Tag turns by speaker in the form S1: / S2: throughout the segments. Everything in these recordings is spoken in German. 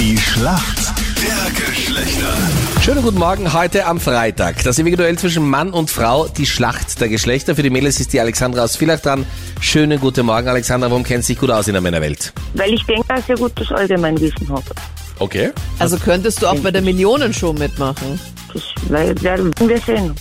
S1: Schlacht der Geschlechter.
S2: Schönen guten Morgen heute am Freitag. Das ewige Duell zwischen Mann und Frau, die Schlacht der Geschlechter. Für die Mädels ist die Alexandra aus Villach dran. Schönen guten Morgen, Alexandra. Warum kennst du dich gut aus in der Männerwelt?
S3: Weil ich denke, dass ich ein gutes Allgemeinwissen habe.
S2: Okay.
S4: Also könntest du auch bei der Millionenshow mitmachen.
S3: Das we- werden wir sehen.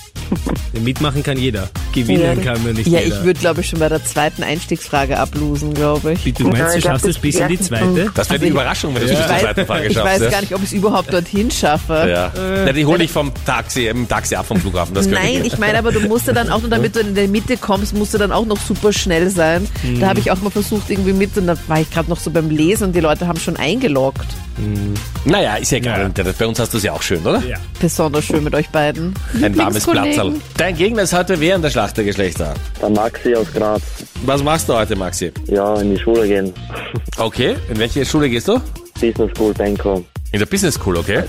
S5: Mitmachen kann jeder. Gewinnen
S3: Ja.
S5: kann nur nicht
S4: Ja,
S5: jeder.
S4: ich würde, glaube ich, schon bei der zweiten Einstiegsfrage ablosen, glaube ich.
S5: Bitte, du meinst, du
S3: Ja,
S5: schaffst
S3: das
S5: es bis in die
S3: ist
S5: zweite?
S2: Das wäre die Überraschung, wenn du es bis zur zweiten Frage
S4: Also ich
S2: schaffst.
S4: weiß
S2: ja?
S4: gar nicht, ob ich es überhaupt dorthin schaffe.
S2: Ja. Na, die hole ich vom Taxi, im Taxi ab vom Flughafen. Das könnte
S4: Nein,
S2: gehen.
S4: ich meine aber, du musst ja dann auch, nur damit du in der Mitte kommst, musst du dann auch noch super schnell sein.
S2: Hm.
S4: Da habe ich auch mal versucht, irgendwie mit und da war ich gerade noch so beim Lesen und die Leute haben schon eingeloggt.
S2: Naja, ist ja egal.
S5: Ja.
S2: Bei uns hast du es ja auch schön, oder?
S5: Ja.
S4: Besonders schön mit euch beiden.
S2: Ein warmes Platzerl.
S4: Lieblingskollegen.
S2: Dein Gegner ist heute wer in der Schlacht der Geschlechter?
S6: Der Maxi aus Graz.
S2: Was machst du heute, Maxi?
S6: Ja, in die Schule gehen.
S2: Okay, in welche Schule gehst du?
S6: Business School Benko.
S2: In der Business School, okay.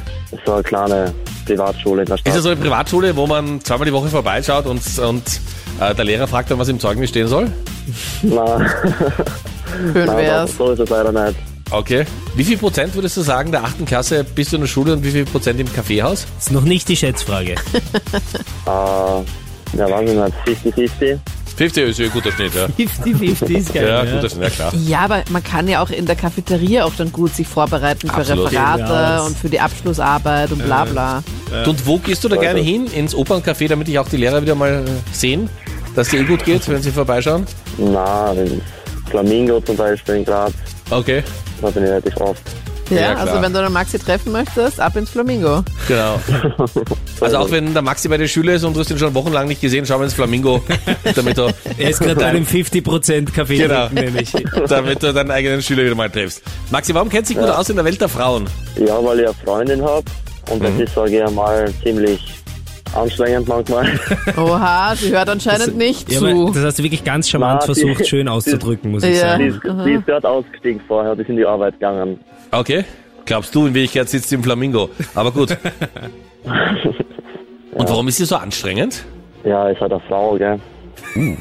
S6: So eine kleine Privatschule in der Stadt.
S2: Ist das so eine Privatschule, wo man zweimal die Woche vorbeischaut und, und äh, der Lehrer fragt dann, was im Zeugnis stehen soll?
S6: Nein,
S4: Schön
S6: nein,
S4: wär's.
S6: so ist es leider nicht.
S2: Okay. Wie viel Prozent würdest du sagen, der achten Klasse bist du in der Schule und wie viel Prozent im Kaffeehaus?
S5: Das ist noch nicht die Schätzfrage.
S6: Äh, ja, weiß ich nicht, 50-50.
S2: 50 ist ja ein guter Schnitt, ja.
S5: 50-50 ist geil.
S2: Ja, guter Schnitt, ja klar.
S4: Ja, aber man kann ja auch in der Cafeteria auch dann gut sich vorbereiten für
S2: Absolut. Äh.
S4: Referate
S5: Genau.
S4: und für die Abschlussarbeit und bla bla.
S2: Und wo gehst du da gerne hin? Ins Operncafé, damit ich auch die Lehrer wieder mal äh, sehen, dass dir eh gut geht, wenn sie vorbeischauen?
S6: Nein, wenn- Flamingo zum Beispiel in Graz.
S2: Okay.
S6: Da bin ich relativ oft.
S4: Ja,
S2: Ja, klar.
S4: also wenn du den Maxi treffen möchtest, ab ins Flamingo.
S2: Genau. Also auch wenn der Maxi bei der Schule ist und du hast ihn schon wochenlang nicht gesehen, schau mal ins Flamingo, damit du,
S5: Er ist gerade bei einem 50% Kaffee
S2: Genau.
S5: trinken, nämlich.
S2: damit du deinen eigenen Schüler wieder mal triffst. Maxi, warum kennst du dich gut aus in der Welt der Frauen?
S6: Ja, weil ich eine Freundin habe. Und das ist, sage ich einmal, ziemlich anstrengend manchmal.
S4: Oha, sie hört anscheinend nicht
S5: Ja, aber
S4: zu.
S5: das hast du wirklich ganz charmant
S6: Na, die-
S5: versucht, schön auszudrücken, muss ich
S4: Ja.
S6: Die
S5: sagen.
S6: ist, die ist dort ausgestiegen vorher, die ist in die Arbeit gegangen.
S2: Okay. Glaubst du, in Wirklichkeit sitzt sie im Flamingo. Aber gut. Und warum ist sie so anstrengend?
S6: Ja, ist halt eine Frau, gell.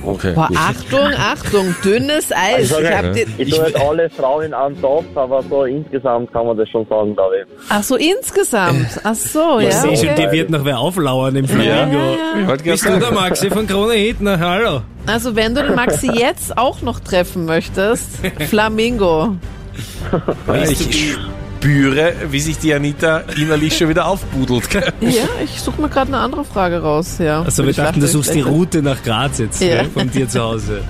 S2: Okay.
S4: Boah, Achtung, Achtung,
S5: Ah,
S4: dünnes Eis. Ich hab
S5: ne?
S4: die,
S6: Ich tue nicht alle Frauen in einen Topf, aber so insgesamt kann man das schon sagen, glaube ich.
S4: ach so, insgesamt. Ach so,
S5: Ich
S4: ja.
S5: sehe schon,
S4: Okay.
S5: dir wird noch wer auflauern im
S2: Ja.
S5: Flamingo.
S2: Wollte gerade
S5: Bist du
S2: sagen.
S5: der Maxi von Krone Hitner? Hallo.
S4: Also wenn du den Maxi jetzt auch noch treffen möchtest, Flamingo.
S2: Ich spüre, wie sich die Anita innerlich schon wieder aufbudelt.
S4: Ja, ich suche mir gerade eine andere Frage raus. Ja.
S5: Also wir
S4: Ich
S5: dachten, du
S4: dachte,
S5: suchst die
S4: vielleicht-
S5: Route nach Graz jetzt,
S4: Ja.
S5: ne, von dir zu Hause.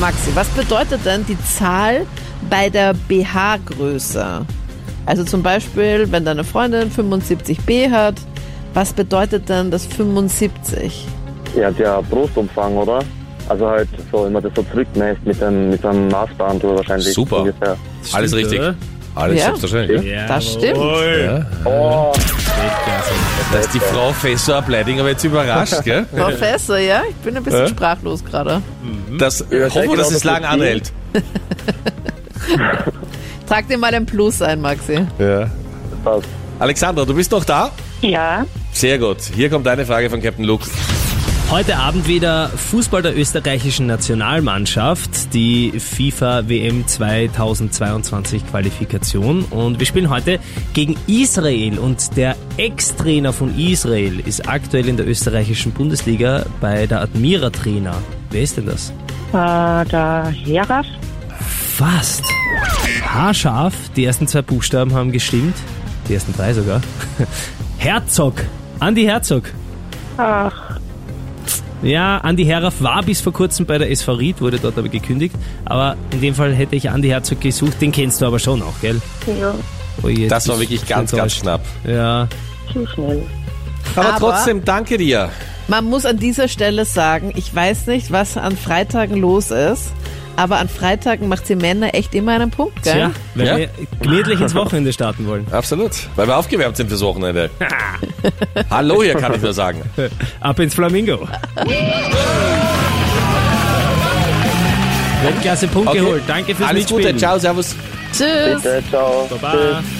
S4: Maxi, was bedeutet denn die Zahl bei der BH-Größe? Also zum Beispiel, wenn deine Freundin 75b hat, was bedeutet denn das 75?
S6: Ja, der Brustumfang, oder? Also halt so, wenn man das so zurückmäßt mit dem, mit dem Maßband oder wahrscheinlich.
S2: Super.
S6: Ungefähr.
S2: Alles
S5: Stimmt,
S2: richtig.
S5: oder?
S2: Alles
S4: Ja.
S2: selbstverständlich.
S5: Ja,
S4: Das stimmt.
S5: jawohl.
S6: Oh,
S2: Da ist die Frau Fessor Bleidinger aber jetzt überrascht, gell?
S4: Professor, ja? Ich bin ein bisschen
S2: Äh?
S4: sprachlos gerade.
S2: Das,
S6: Ja,
S2: ich hoffe,
S6: genau,
S2: dass es
S6: das
S2: lang
S6: ist die-
S2: anhält.
S4: Trag dir mal ein Plus ein, Maxi.
S6: passt.
S2: Alexandra, du bist noch da?
S3: Ja,
S2: Sehr gut. Hier kommt eine Frage von Captain Luke.
S5: Heute Abend wieder Fußball der österreichischen Nationalmannschaft, die FIFA WM 2022 Qualifikation. Und wir spielen heute gegen Israel. Und der Ex-Trainer von Israel ist aktuell in der österreichischen Bundesliga bei der Admira Trainer. Wer ist denn das?
S3: äh, der Herat,
S5: Fast. Haarscharf. Die ersten zwei Buchstaben haben gestimmt. Die ersten drei sogar. Herzog. Andi Herzog.
S3: ach,
S5: Ja, Andi Heraff war bis vor kurzem bei der SV Ried, wurde dort aber gekündigt. Aber in dem Fall hätte ich Andi Herzog gesucht, den kennst du aber schon auch, gell?
S3: ja,
S5: Oh, jetzt
S2: Das war
S5: bist
S2: wirklich
S5: du
S2: ganz, ganz
S5: enttäuscht.
S2: knapp.
S5: Ja,
S3: zu schnell.
S2: Aber,
S4: Aber-
S2: trotzdem, danke dir.
S4: Man muss an dieser Stelle sagen, ich weiß nicht, was an Freitagen los ist, aber an Freitagen macht die Männer echt immer einen Punkt, gell?
S5: tja, weil
S2: Ja.
S5: wir gemütlich ins Wochenende starten wollen.
S2: Absolut. Weil wir aufgewärmt sind fürs Wochenende. Hallo, hier kann ich nur sagen.
S5: Ab ins Flamingo. Weltklasse Punkt
S2: Okay.
S5: geholt. Danke fürs
S2: Alles
S5: Mitspielen.
S2: Gute, ciao, servus.
S4: Tschüss!
S6: Bitte, ciao.
S5: Baba.
S6: Tschüss.